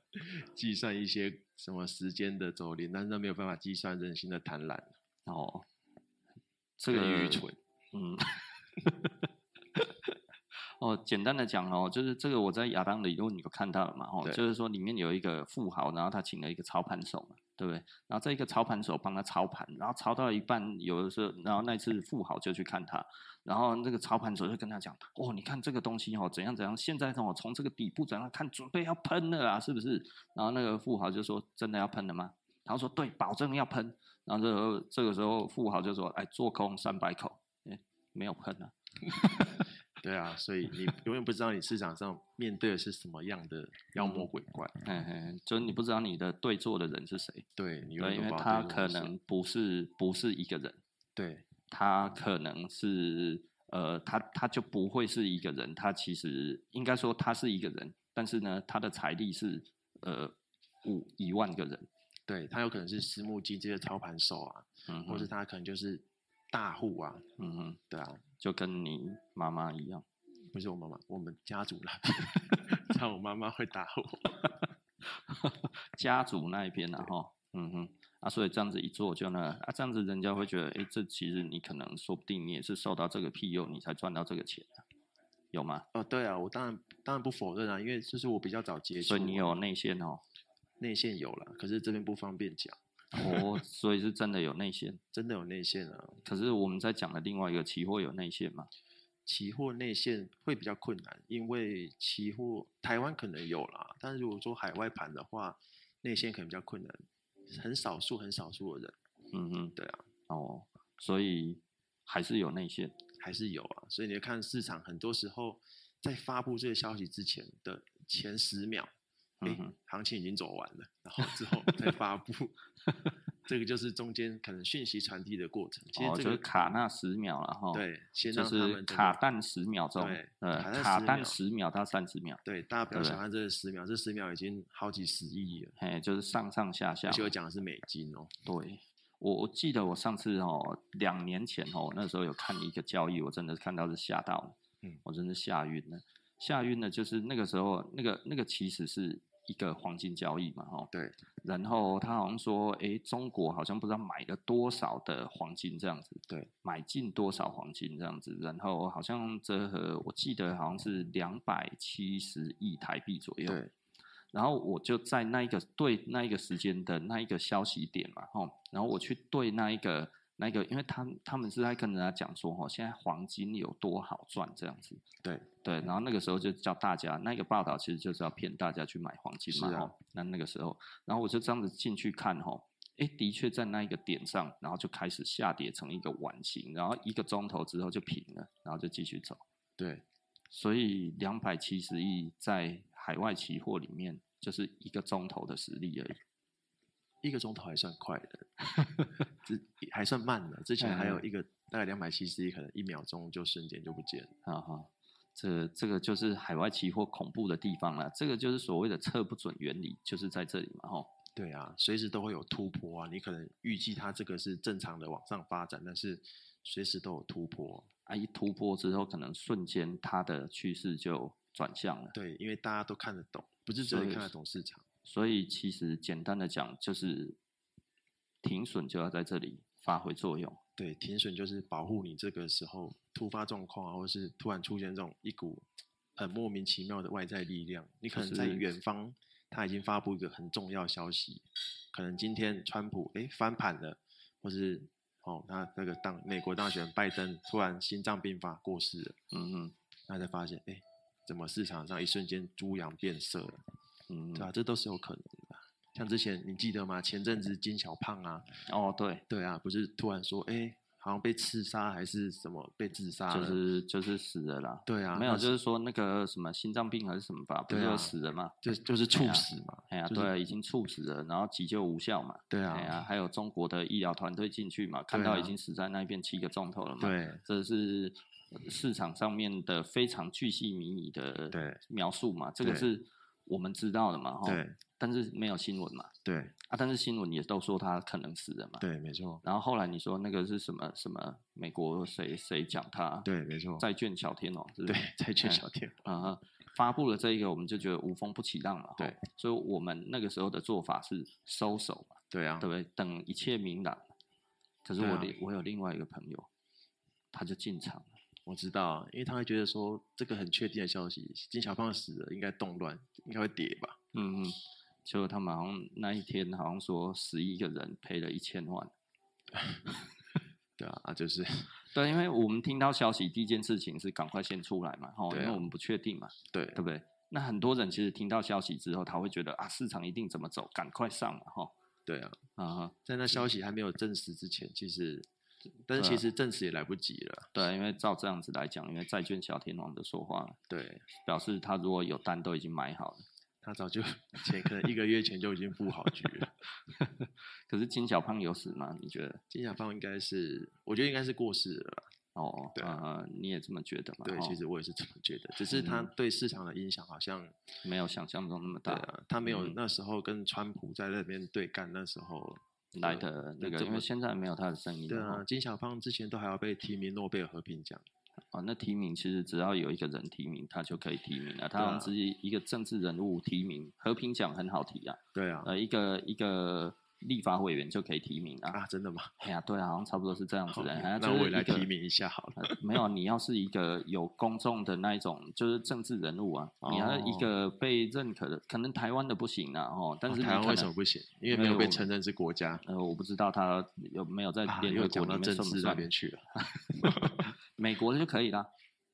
Speaker 2: 计算一些什么时间的走连，但是他没有办法计算人心的贪婪，
Speaker 1: 哦，这
Speaker 2: 跟
Speaker 1: 个
Speaker 2: 愚蠢。
Speaker 1: 嗯，哦，简单的讲哦，就是这个我在亚当理论你有看到了嘛？哦，
Speaker 2: 对
Speaker 1: 就是说里面有一个富豪，然后他请了一个操盘手嘛，对不对？然后这一个操盘手帮他操盘，然后操到一半，有的时候，然后那次富豪就去看他，然后那个操盘手就跟他讲：“哦，你看这个东西哦，怎样怎样，现在哦从这个底部怎样看，准备要喷了啦，是不是？”然后那个富豪就说：“真的要喷了吗？”他说：“对，保证要喷。”然后这个这个时候富豪就说：“哎，做空三百口。”哎没有喷啊。
Speaker 2: 对啊，所以你永远不知道你市场上面对的是什么样的妖魔鬼怪。
Speaker 1: 嗯嗯，就是你不知道你的对坐的人是谁，
Speaker 2: 对，你永
Speaker 1: 对，
Speaker 2: 远
Speaker 1: 因为
Speaker 2: 都不知
Speaker 1: 他
Speaker 2: 道对
Speaker 1: 可
Speaker 2: 方是谁嗯
Speaker 1: 能不是不是一个人，
Speaker 2: 对
Speaker 1: 他可能是呃，他他就不会是一个人，他其实应该说他是一个人，但是呢，他的财力是呃五一万个人，
Speaker 2: 对，他有可能是私募基金的操盘手啊，
Speaker 1: 嗯
Speaker 2: 或
Speaker 1: 哼
Speaker 2: 是他可能就是大户啊，
Speaker 1: 嗯哼，
Speaker 2: 对啊，
Speaker 1: 就跟你妈妈一样，
Speaker 2: 不是我妈妈，我们家族那边， 这样我妈妈会打我。
Speaker 1: 家族那一边然后嗯哼，啊，所以这样子一做就那啊，这样子人家会觉得，哎、这其实你可能说不定你也是受到这个庇佑，你才赚到这个钱、啊，有吗？
Speaker 2: 哦，对啊，我当然当然不否认啊，因为这是我比较早接触，
Speaker 1: 所以你有内线哦，
Speaker 2: 内线有了，可是这边不方便讲，
Speaker 1: 哦，所以是真的有内线。
Speaker 2: 真的有内线啊，
Speaker 1: 可是我们在讲的另外一个期货有内线嘛？
Speaker 2: 期货内线会比较困难，因为期货台湾可能有啦，但如果说海外盘的话，内线可能比较困难，很少数很少数的人
Speaker 1: 嗯哼，
Speaker 2: 对啊，
Speaker 1: 哦，所以还是有内线。
Speaker 2: 还是有啊，所以你会看市场很多时候在发布这个消息之前的前十秒，哎、
Speaker 1: 嗯哼
Speaker 2: 行情已经走完了，然后之后再 发布，这个就是中间可能讯息传递的过程。其
Speaker 1: 哦，就
Speaker 2: 实这个、
Speaker 1: 是卡那十秒了哈。，
Speaker 2: 对，先
Speaker 1: 就
Speaker 2: 让他
Speaker 1: 是
Speaker 2: 们
Speaker 1: 卡
Speaker 2: 蛋。
Speaker 1: 蛋十秒钟
Speaker 2: 对，
Speaker 1: 呃，
Speaker 2: 卡
Speaker 1: 卡
Speaker 2: 蛋10
Speaker 1: 蛋
Speaker 2: 秒
Speaker 1: 十秒到三十秒，
Speaker 2: 对，大家不要
Speaker 1: 对
Speaker 2: 小看这十秒，这十秒已经好几十亿了，
Speaker 1: 哎，就是上上下下
Speaker 2: 而
Speaker 1: 嘛。
Speaker 2: 且我讲的是美金哦。
Speaker 1: 对，我我记得我上次哦，两年前哦，那时候有看一个交易，我真的看到是吓到了，
Speaker 2: 嗯
Speaker 1: 我真是吓晕了，吓晕了。就是那个时候，那个那个其实是一个黄金交易嘛，哦，
Speaker 2: 对，
Speaker 1: 然后他好像说，诶，中国好像不知道买了多少的黄金这样子，
Speaker 2: 对，
Speaker 1: 买进多少黄金这样子，然后好像折合，我记得好像是两百七十亿台币左右，
Speaker 2: 对，
Speaker 1: 然后我就在那一个对那一个时间的那一个消息点嘛，吼，然后我去对那一个那一个，因为他们他们是在跟人家讲说，吼，现在黄金有多好赚这样子，
Speaker 2: 对
Speaker 1: 对，然后那个时候就叫大家那个报道其实就是要骗大家去买黄金嘛，
Speaker 2: 是啊
Speaker 1: 吼那那个时候，然后我就这样子进去看，吼。哎，的确在那一个点上，然后就开始下跌成一个碗形，然后一个钟头之后就平了，然后就继续走。
Speaker 2: 对，
Speaker 1: 所以两百七十亿在海外期货里面就是一个钟头的实力而已。
Speaker 2: 一个钟头还算 快的，这还算慢的。之前还有
Speaker 1: 嗯
Speaker 2: 一个大概两百七十亿，可能一秒钟就瞬间就不见了。
Speaker 1: 啊哈，这这个就是海外期货恐怖的地方了。这个就是所谓的测不准原理，就是在这里嘛，吼。
Speaker 2: 对啊，随时都会有突破啊！你可能预计它这个是正常的往上发展，但是随时都有突破。
Speaker 1: 啊，一突破之后，可能瞬间它的趋势就转向了。
Speaker 2: 对，因为大家都看得懂，不是只有
Speaker 1: 所
Speaker 2: 你
Speaker 1: 以
Speaker 2: 看得懂市场。
Speaker 1: 所以其实简单的讲，就是停损就要在这里发挥作用。
Speaker 2: 对，停损就是保护你这个时候突发状况啊，或是突然出现这种一股很莫名其妙的外在力量，你可
Speaker 1: 就
Speaker 2: 能在
Speaker 1: 是
Speaker 2: 远方他已经发布一个很重要消息，可能今天川普诶翻盘了，或是哦他那个当美国当选拜登突然心脏病发过世了，
Speaker 1: 嗯哼
Speaker 2: 那才发现诶怎么市场上一瞬间猪羊变色了，
Speaker 1: 嗯
Speaker 2: 对啊吧、
Speaker 1: 哼，
Speaker 2: 这都是有可能的。像之前你记得吗？前阵子金小胖啊，
Speaker 1: 哦，对，
Speaker 2: 对啊，不是突然说，哎、好像被刺杀还是什么被自杀
Speaker 1: 就
Speaker 2: 了？
Speaker 1: 是就是死了啦。
Speaker 2: 对啊，
Speaker 1: 没有，
Speaker 2: 那
Speaker 1: 就是说那个什么心脏病还是什么吧，不
Speaker 2: 对
Speaker 1: 是
Speaker 2: 啊
Speaker 1: 有死人嘛？
Speaker 2: 就就是
Speaker 1: 哎
Speaker 2: 猝
Speaker 1: 呀
Speaker 2: 死嘛。
Speaker 1: 哎呀，
Speaker 2: 就是
Speaker 1: 对啊，已经猝死了，然后急救无效嘛。
Speaker 2: 对
Speaker 1: 哎呀，
Speaker 2: 啊，
Speaker 1: 还有中国的医疗团队进去嘛，看
Speaker 2: 对
Speaker 1: 到已
Speaker 2: 啊
Speaker 1: 经死在那边七个钟头了嘛。，
Speaker 2: 对
Speaker 1: 这是市场上面的非常巨细靡遗的
Speaker 2: 对
Speaker 1: 描述嘛，这个
Speaker 2: 对
Speaker 1: 是我们知道的嘛，哈。
Speaker 2: 对
Speaker 1: 但是没有新闻嘛，
Speaker 2: 对
Speaker 1: 啊，但是新闻也都说他可能死了嘛。
Speaker 2: 对，没错，
Speaker 1: 然后后来你说那个是什么什么美国谁谁讲他
Speaker 2: 对没错，
Speaker 1: 债券小天王是不是
Speaker 2: 对再去
Speaker 1: 哎
Speaker 2: 小天王，
Speaker 1: 啊、发布了这一个，我们就觉得无风不起浪嘛。吼
Speaker 2: 对，
Speaker 1: 所以我们那个时候的做法是收手嘛，
Speaker 2: 对啊
Speaker 1: 对，不对？等一切明朗。可是
Speaker 2: 对
Speaker 1: 我
Speaker 2: 啊
Speaker 1: 另、我有另外一个朋友，他就进场了。
Speaker 2: 我知道啊，因为他会觉得说这个很确定的消息，金小胖死了，应该动乱，应该会跌吧？
Speaker 1: 嗯嗯，结果他们好像那一天好像说十一个人赔了一千万。
Speaker 2: 对啊，啊就是
Speaker 1: 对，因为我们听到消息第一件事情是赶快先出来嘛，哈、
Speaker 2: 对
Speaker 1: 因
Speaker 2: 啊
Speaker 1: 为我们不确定嘛，
Speaker 2: 对
Speaker 1: 对不对？那很多人其实听到消息之后，他会觉得啊，市场一定怎么走，赶快上嘛，哈、
Speaker 2: 对啊，
Speaker 1: 啊哈、
Speaker 2: 在那消息还没有证实之前，其实，但
Speaker 1: 对
Speaker 2: 是其
Speaker 1: 啊
Speaker 2: 实证实也来不及了，
Speaker 1: 对，因为照这样子来讲，因为债券小天王的说话
Speaker 2: 对。
Speaker 1: 表示他如果有单都已经买好了，
Speaker 2: 他 早就前可能一个月前就已经布好局了，
Speaker 1: 可是金小胖有死吗？你觉得？
Speaker 2: 金小胖应该是，我觉得应该是过世了啦。
Speaker 1: 哦，
Speaker 2: 对啊
Speaker 1: 呃，你也这么觉得嘛？
Speaker 2: 对，
Speaker 1: 哦
Speaker 2: 其实我也是这么觉得，只是他
Speaker 1: 嗯
Speaker 2: 对市场的影响好像，
Speaker 1: 没有想象中那么
Speaker 2: 对
Speaker 1: 大。
Speaker 2: 啊，他没有
Speaker 1: 嗯
Speaker 2: 那时候跟川普在那边对干那时候
Speaker 1: 来的那个，
Speaker 2: 怎
Speaker 1: 因为
Speaker 2: 么
Speaker 1: 现在没有他的声音
Speaker 2: 对
Speaker 1: 了
Speaker 2: 啊，
Speaker 1: 哦。
Speaker 2: 金小胖之前都还要被提名诺贝尔和平奖，
Speaker 1: 啊，那提名其实只要有一个人提名，他就可以提名了。他
Speaker 2: 对啊
Speaker 1: 好像是一个政治人物提名，和平奖很好提啊，
Speaker 2: 对啊，
Speaker 1: 呃，一个一个立法委员就可以提名啊。
Speaker 2: 啊，真的吗？
Speaker 1: 哎呀，对啊，好像差不多是这样子
Speaker 2: 好
Speaker 1: 的。哎呀
Speaker 2: 那
Speaker 1: 就是
Speaker 2: 我也来
Speaker 1: 一个
Speaker 2: 提名一下好了。
Speaker 1: 呃没有，你要是一个有公众的那一种，就是政治人物啊，你要一
Speaker 2: 哦
Speaker 1: 个被认可的，可能台湾的不行啊，哦，但
Speaker 2: 哦
Speaker 1: 是你
Speaker 2: 台湾
Speaker 1: 可
Speaker 2: 为什
Speaker 1: 能
Speaker 2: 么不行？因为
Speaker 1: 没
Speaker 2: 没有
Speaker 1: 有
Speaker 2: 被
Speaker 1: 我
Speaker 2: 承认是国家。
Speaker 1: 呃，我不知道他有没有在
Speaker 2: 啊，
Speaker 1: 联
Speaker 2: 又
Speaker 1: 合
Speaker 2: 讲
Speaker 1: 国
Speaker 2: 到
Speaker 1: 里面
Speaker 2: 政
Speaker 1: 算不
Speaker 2: 治那
Speaker 1: 算？
Speaker 2: 边去了，
Speaker 1: 美国就可以啦，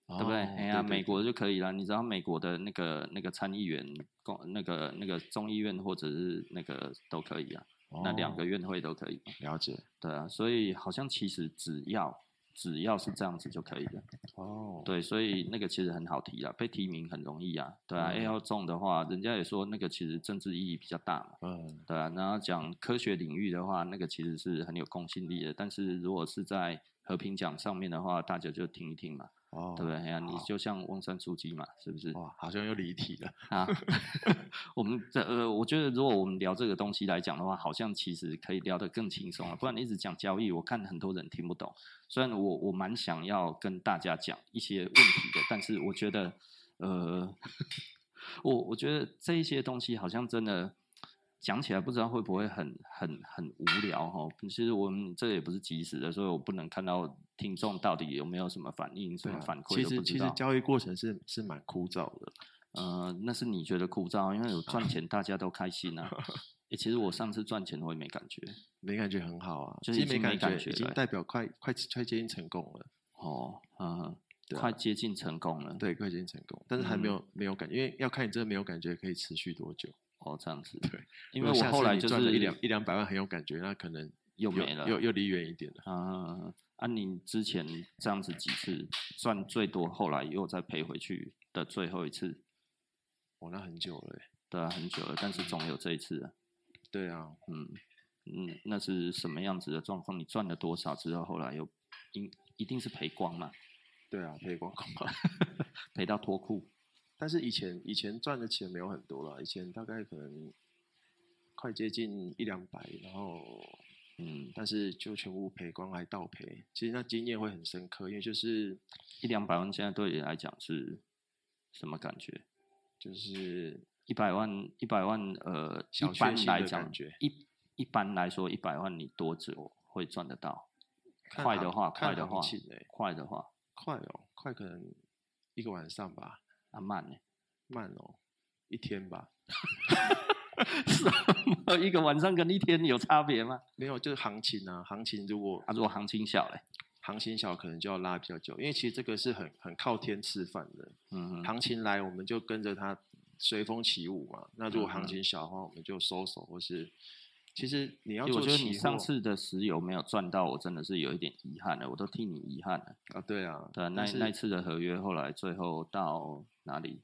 Speaker 1: 对不对？
Speaker 2: 哦
Speaker 1: 哎呀，美国
Speaker 2: 对
Speaker 1: 就可以啦。你知道美国的那个那个参议员、共那个那个众议院或者是那个都可以啊，那两个
Speaker 2: 哦
Speaker 1: 院会都可以嘛。
Speaker 2: 了解
Speaker 1: 对啊，所以好像其实只要只要是这样子就可以了。
Speaker 2: 哦，
Speaker 1: 对，所以那个其实很好提啦，啊被提名很容易啊。对啊，
Speaker 2: 嗯
Speaker 1: 要中的话，人家也说那个其实政治意义比较大嘛。
Speaker 2: 嗯，
Speaker 1: 对啊，然后讲科学领域的话，那个其实是很有公信力的。但是如果是在和平奖上面的话，大家就听一听嘛，
Speaker 2: 哦，
Speaker 1: 对不对？哎呀，你
Speaker 2: 好
Speaker 1: 就像翁山书记嘛，是不是？
Speaker 2: 哇，好像又离题了，
Speaker 1: 啊， 我们这呃，我觉得如果我们聊这个东西来讲的话，好像其实可以聊得更轻松了。啊不然一直讲交易，我看很多人听不懂。虽然我我蛮想要跟大家讲一些问题的，但是我觉得呃，我我觉得这一些东西好像真的。讲起来不知道会不会很很很无聊哈、哦？其实我们这也不是及时的，所以我不能看到听众到底有没有什么反应、什
Speaker 2: 对
Speaker 1: 么
Speaker 2: 啊
Speaker 1: 反馈
Speaker 2: 其
Speaker 1: 都不
Speaker 2: 实
Speaker 1: 知
Speaker 2: 其
Speaker 1: 道。
Speaker 2: 实交易过程是是蛮枯燥的，
Speaker 1: 呃，那是你觉得枯燥，因为有赚钱，大家都开心 啊。欸、其实我上次赚钱我也没感觉
Speaker 2: 没感觉很好啊，
Speaker 1: 就
Speaker 2: 其
Speaker 1: 是
Speaker 2: 实
Speaker 1: 已经没
Speaker 2: 感
Speaker 1: 感
Speaker 2: 觉
Speaker 1: 觉
Speaker 2: 已经
Speaker 1: 了欸
Speaker 2: 代表快快快接近成功了，
Speaker 1: 哦，嗯、
Speaker 2: 对啊
Speaker 1: 快接近成功了。，
Speaker 2: 对，快接近成功，但是还没
Speaker 1: 嗯
Speaker 2: 有没有感觉，因为要看你真的没有感觉可以持续多久，
Speaker 1: 哦，这样子。
Speaker 2: 对，
Speaker 1: 因
Speaker 2: 如
Speaker 1: 为
Speaker 2: 果
Speaker 1: 我
Speaker 2: 下
Speaker 1: 后
Speaker 2: 次
Speaker 1: 来
Speaker 2: 你
Speaker 1: 就
Speaker 2: 赚了
Speaker 1: 是
Speaker 2: 一两一两百万很有感觉，那可能
Speaker 1: 又
Speaker 2: 又
Speaker 1: 没了
Speaker 2: 又又离远一点了，
Speaker 1: 啊啊！你之前这样子几次赚最多，后来又再赔回去的最后一次，
Speaker 2: 哇，那很久了欸，
Speaker 1: 对啊，很久了，但是总有这一次啊。
Speaker 2: 对啊，
Speaker 1: 嗯嗯，那是什么样子的状况？你赚了多少之后，后来又一一定是赔光嘛，
Speaker 2: 对啊，可以光光吧。
Speaker 1: 赔到脱裤。
Speaker 2: 但是以前以前赚的钱没有很多啦，以前大概可能快接近一两百，然后
Speaker 1: 嗯，
Speaker 2: 但是就全部赔光还倒赔，其实那经验会很深刻，因为就是
Speaker 1: 一两百万现在对你来讲是什么感觉？
Speaker 2: 就是
Speaker 1: 一百万，一百万，呃，
Speaker 2: 小
Speaker 1: 一般
Speaker 2: 确幸
Speaker 1: 来
Speaker 2: 的
Speaker 1: 讲
Speaker 2: 感觉，
Speaker 1: 一一般来说，一百万你多久会赚得到？
Speaker 2: 看
Speaker 1: 快
Speaker 2: 行
Speaker 1: 的话，
Speaker 2: 看
Speaker 1: 快的
Speaker 2: 行
Speaker 1: 话
Speaker 2: 情欸，
Speaker 1: 快的话，
Speaker 2: 快哦，快可能一个晚上吧，
Speaker 1: 啊，慢呢、
Speaker 2: 慢哦一天吧，
Speaker 1: 欸？一个晚上跟一天有差别吗？
Speaker 2: 没有就是行情啊，行情如果
Speaker 1: 啊，如果行情小嘞，
Speaker 2: 行情小可能就要拉比较久，因为其实这个是很很靠天吃饭的，
Speaker 1: 嗯哼，
Speaker 2: 行情来，我们就跟着它随风起舞嘛。那如果
Speaker 1: 嗯
Speaker 2: 行
Speaker 1: 哼
Speaker 2: 情小的话，我们就收手，或是其实你要
Speaker 1: 欸我
Speaker 2: 做
Speaker 1: 觉得
Speaker 2: 期
Speaker 1: 你上
Speaker 2: 货
Speaker 1: 次的石油没有赚到，我真的是有一点遗憾了，我都替你遗憾了。
Speaker 2: 啊，对啊，
Speaker 1: 对啊，那
Speaker 2: 但是
Speaker 1: 那一次的合约后来最后到哪里？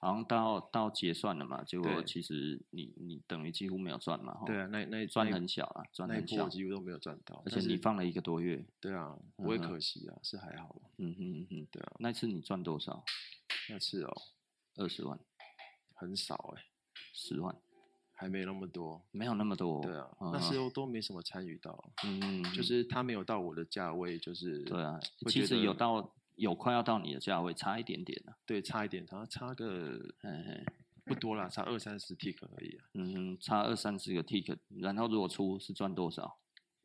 Speaker 1: 好像到到结算了嘛，结果
Speaker 2: 对
Speaker 1: 其实你你等于几乎没有赚嘛，吼
Speaker 2: 对啊，那那
Speaker 1: 赚
Speaker 2: 那
Speaker 1: 很小啊，赚
Speaker 2: 那一
Speaker 1: 很
Speaker 2: 波
Speaker 1: 小
Speaker 2: 我，几乎都没有赚到，
Speaker 1: 而且
Speaker 2: 但
Speaker 1: 你
Speaker 2: 是
Speaker 1: 放了一个多月，
Speaker 2: 对啊，不会
Speaker 1: 嗯哼
Speaker 2: 可惜啊，是还好啦，
Speaker 1: 嗯哼嗯哼，
Speaker 2: 对啊，
Speaker 1: 那次你赚多少？
Speaker 2: 那次哦
Speaker 1: 二十万、
Speaker 2: 很少哎、
Speaker 1: 十万，
Speaker 2: 还没那么多。
Speaker 1: 没有那么多哦、
Speaker 2: 对啊，
Speaker 1: 嗯
Speaker 2: 那时
Speaker 1: 哼
Speaker 2: 候都没什么参与到，
Speaker 1: 嗯，
Speaker 2: 就
Speaker 1: 嗯
Speaker 2: 是他没有到我的价位，就是
Speaker 1: 对啊，
Speaker 2: 会
Speaker 1: 其
Speaker 2: 觉
Speaker 1: 实有
Speaker 2: 得
Speaker 1: 到有快要到你的价位，差一点点啊。
Speaker 2: 对差一点，他差个
Speaker 1: 嘿嘿，
Speaker 2: 不多啦，差二三十 tick 而已啊，
Speaker 1: 嗯哼，差二三十个 tick，然后如果出是赚多少？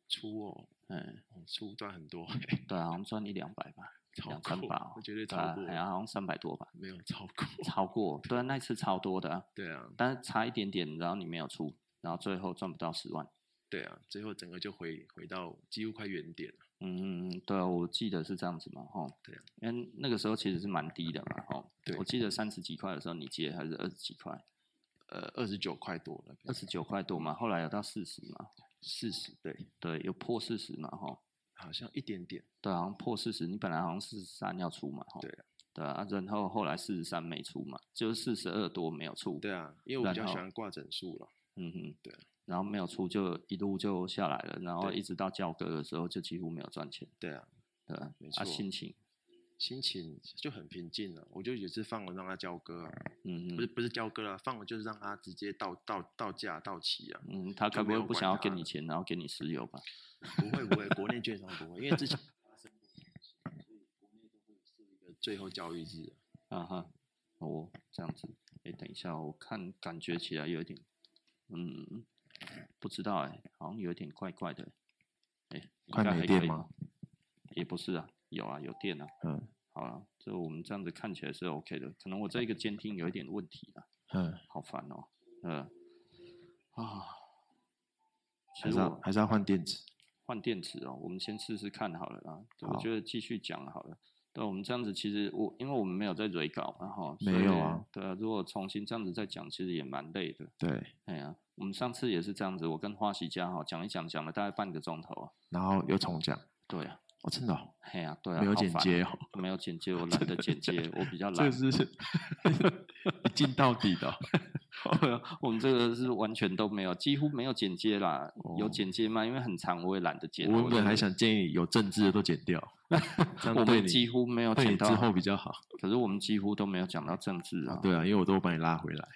Speaker 2: 出哦，
Speaker 1: 嗯，
Speaker 2: 哦出赚很多、
Speaker 1: 对啊，好像赚一两百吧。
Speaker 2: 超
Speaker 1: 两
Speaker 2: 过，
Speaker 1: 三百哦
Speaker 2: 我绝对超
Speaker 1: 啊
Speaker 2: 过，，
Speaker 1: 好像好像三百多吧，
Speaker 2: 没有超过，
Speaker 1: 超过，对啊，那次超多的啊、
Speaker 2: 对啊，
Speaker 1: 但是差一点点，然后你没有出，然后最后赚不到十万。
Speaker 2: 对啊，最后整个就回回到几乎快原点了，
Speaker 1: 嗯，嗯嗯，对啊，我记得是这样子嘛，吼，
Speaker 2: 对啊，
Speaker 1: 因为那个时候其实是蛮低的嘛，吼，
Speaker 2: 对
Speaker 1: 我记得三十几块的时候你接还是二十几块，
Speaker 2: 呃，二十九块多了，
Speaker 1: 二十九块多嘛，后来有到四十嘛，
Speaker 2: 四十，对，
Speaker 1: 对，有破四十嘛，吼，
Speaker 2: 好像一点点，
Speaker 1: 对，啊好像破四十，你本来好像四十三要出嘛，吼，
Speaker 2: 对啊，
Speaker 1: 对啊，然后后来四十三没出嘛，就是四十二多没有出，
Speaker 2: 对啊，因为我比
Speaker 1: 然
Speaker 2: 较喜
Speaker 1: 后
Speaker 2: 欢挂整数了，
Speaker 1: 嗯哼，
Speaker 2: 对啊。
Speaker 1: 然后没有出就一路就下来了，然后
Speaker 2: 对
Speaker 1: 一直到交割的时候就几乎没有赚钱，
Speaker 2: 对啊，
Speaker 1: 对吧？
Speaker 2: 没
Speaker 1: 啊，
Speaker 2: 错
Speaker 1: 心情，
Speaker 2: 心情就很平静了，我就也是放了让它交割啊，
Speaker 1: 嗯
Speaker 2: 不是
Speaker 1: 嗯
Speaker 2: 不是交割了，啊放了就是让它直接到到到价到期啊，
Speaker 1: 嗯，他
Speaker 2: 就
Speaker 1: 该不
Speaker 2: 没
Speaker 1: 会
Speaker 2: 有
Speaker 1: 不
Speaker 2: 管
Speaker 1: 想要
Speaker 2: 他
Speaker 1: 给你
Speaker 2: 了
Speaker 1: 钱，然后给你石油吧？
Speaker 2: 不会不会，国内券商不会，因为之前。最后交易日。
Speaker 1: 啊哈，哦，这样子，哎，等一下，我看感觉起来有一点，嗯，不知道哎，好像有一点怪怪的，哎，应
Speaker 2: 快
Speaker 1: 该
Speaker 2: 没
Speaker 1: 还
Speaker 2: 电
Speaker 1: 可以
Speaker 2: 吗？
Speaker 1: 也不是啊，有啊，有电啊，
Speaker 2: 嗯
Speaker 1: 好了，这我们这样子看起来是 OK 的，可能我这个监听有一点问题啊，
Speaker 2: 嗯，
Speaker 1: 好烦哦，呃，啊，其
Speaker 2: 还是
Speaker 1: 实
Speaker 2: 要
Speaker 1: 我
Speaker 2: 还是要换电池。
Speaker 1: 换电池哦，我们先试试看好了啦，我
Speaker 2: 好
Speaker 1: 觉得继续讲好了。对，我们这样子其实我因为我们没有在蕊稿嘛哈，
Speaker 2: 没
Speaker 1: 所以
Speaker 2: 有啊，
Speaker 1: 对啊，如果重新这样子再讲，其实也蛮累的。
Speaker 2: 对，
Speaker 1: 哎呀、我们上次也是这样子，我跟花喜家哈讲一讲，讲了大概半个钟头啊。
Speaker 2: 然后又重讲。
Speaker 1: 对啊，
Speaker 2: 哦，真的哦，
Speaker 1: 哎呀、对啊，
Speaker 2: 没有
Speaker 1: 好
Speaker 2: 剪
Speaker 1: 烦啊
Speaker 2: 接哦，
Speaker 1: 没有剪接，我懒得剪接，我比较
Speaker 2: 这
Speaker 1: 懒
Speaker 2: 个。是一进到底 的哦。
Speaker 1: 我们这个是完全都没有，几乎没有剪接啦。有
Speaker 2: 哦
Speaker 1: 剪接吗？因为很长，我也懒得剪。
Speaker 2: 我
Speaker 1: 我
Speaker 2: 原本
Speaker 1: 真
Speaker 2: 还
Speaker 1: 的，
Speaker 2: 想建议有政治的都剪掉， 这
Speaker 1: 我
Speaker 2: 样对
Speaker 1: 们
Speaker 2: 你
Speaker 1: 几乎没有
Speaker 2: 对
Speaker 1: 剪
Speaker 2: 你
Speaker 1: 到
Speaker 2: 之后比较好。
Speaker 1: 可是我们几乎都没有讲到政治啊。
Speaker 2: 对啊，因为我都把你拉回来。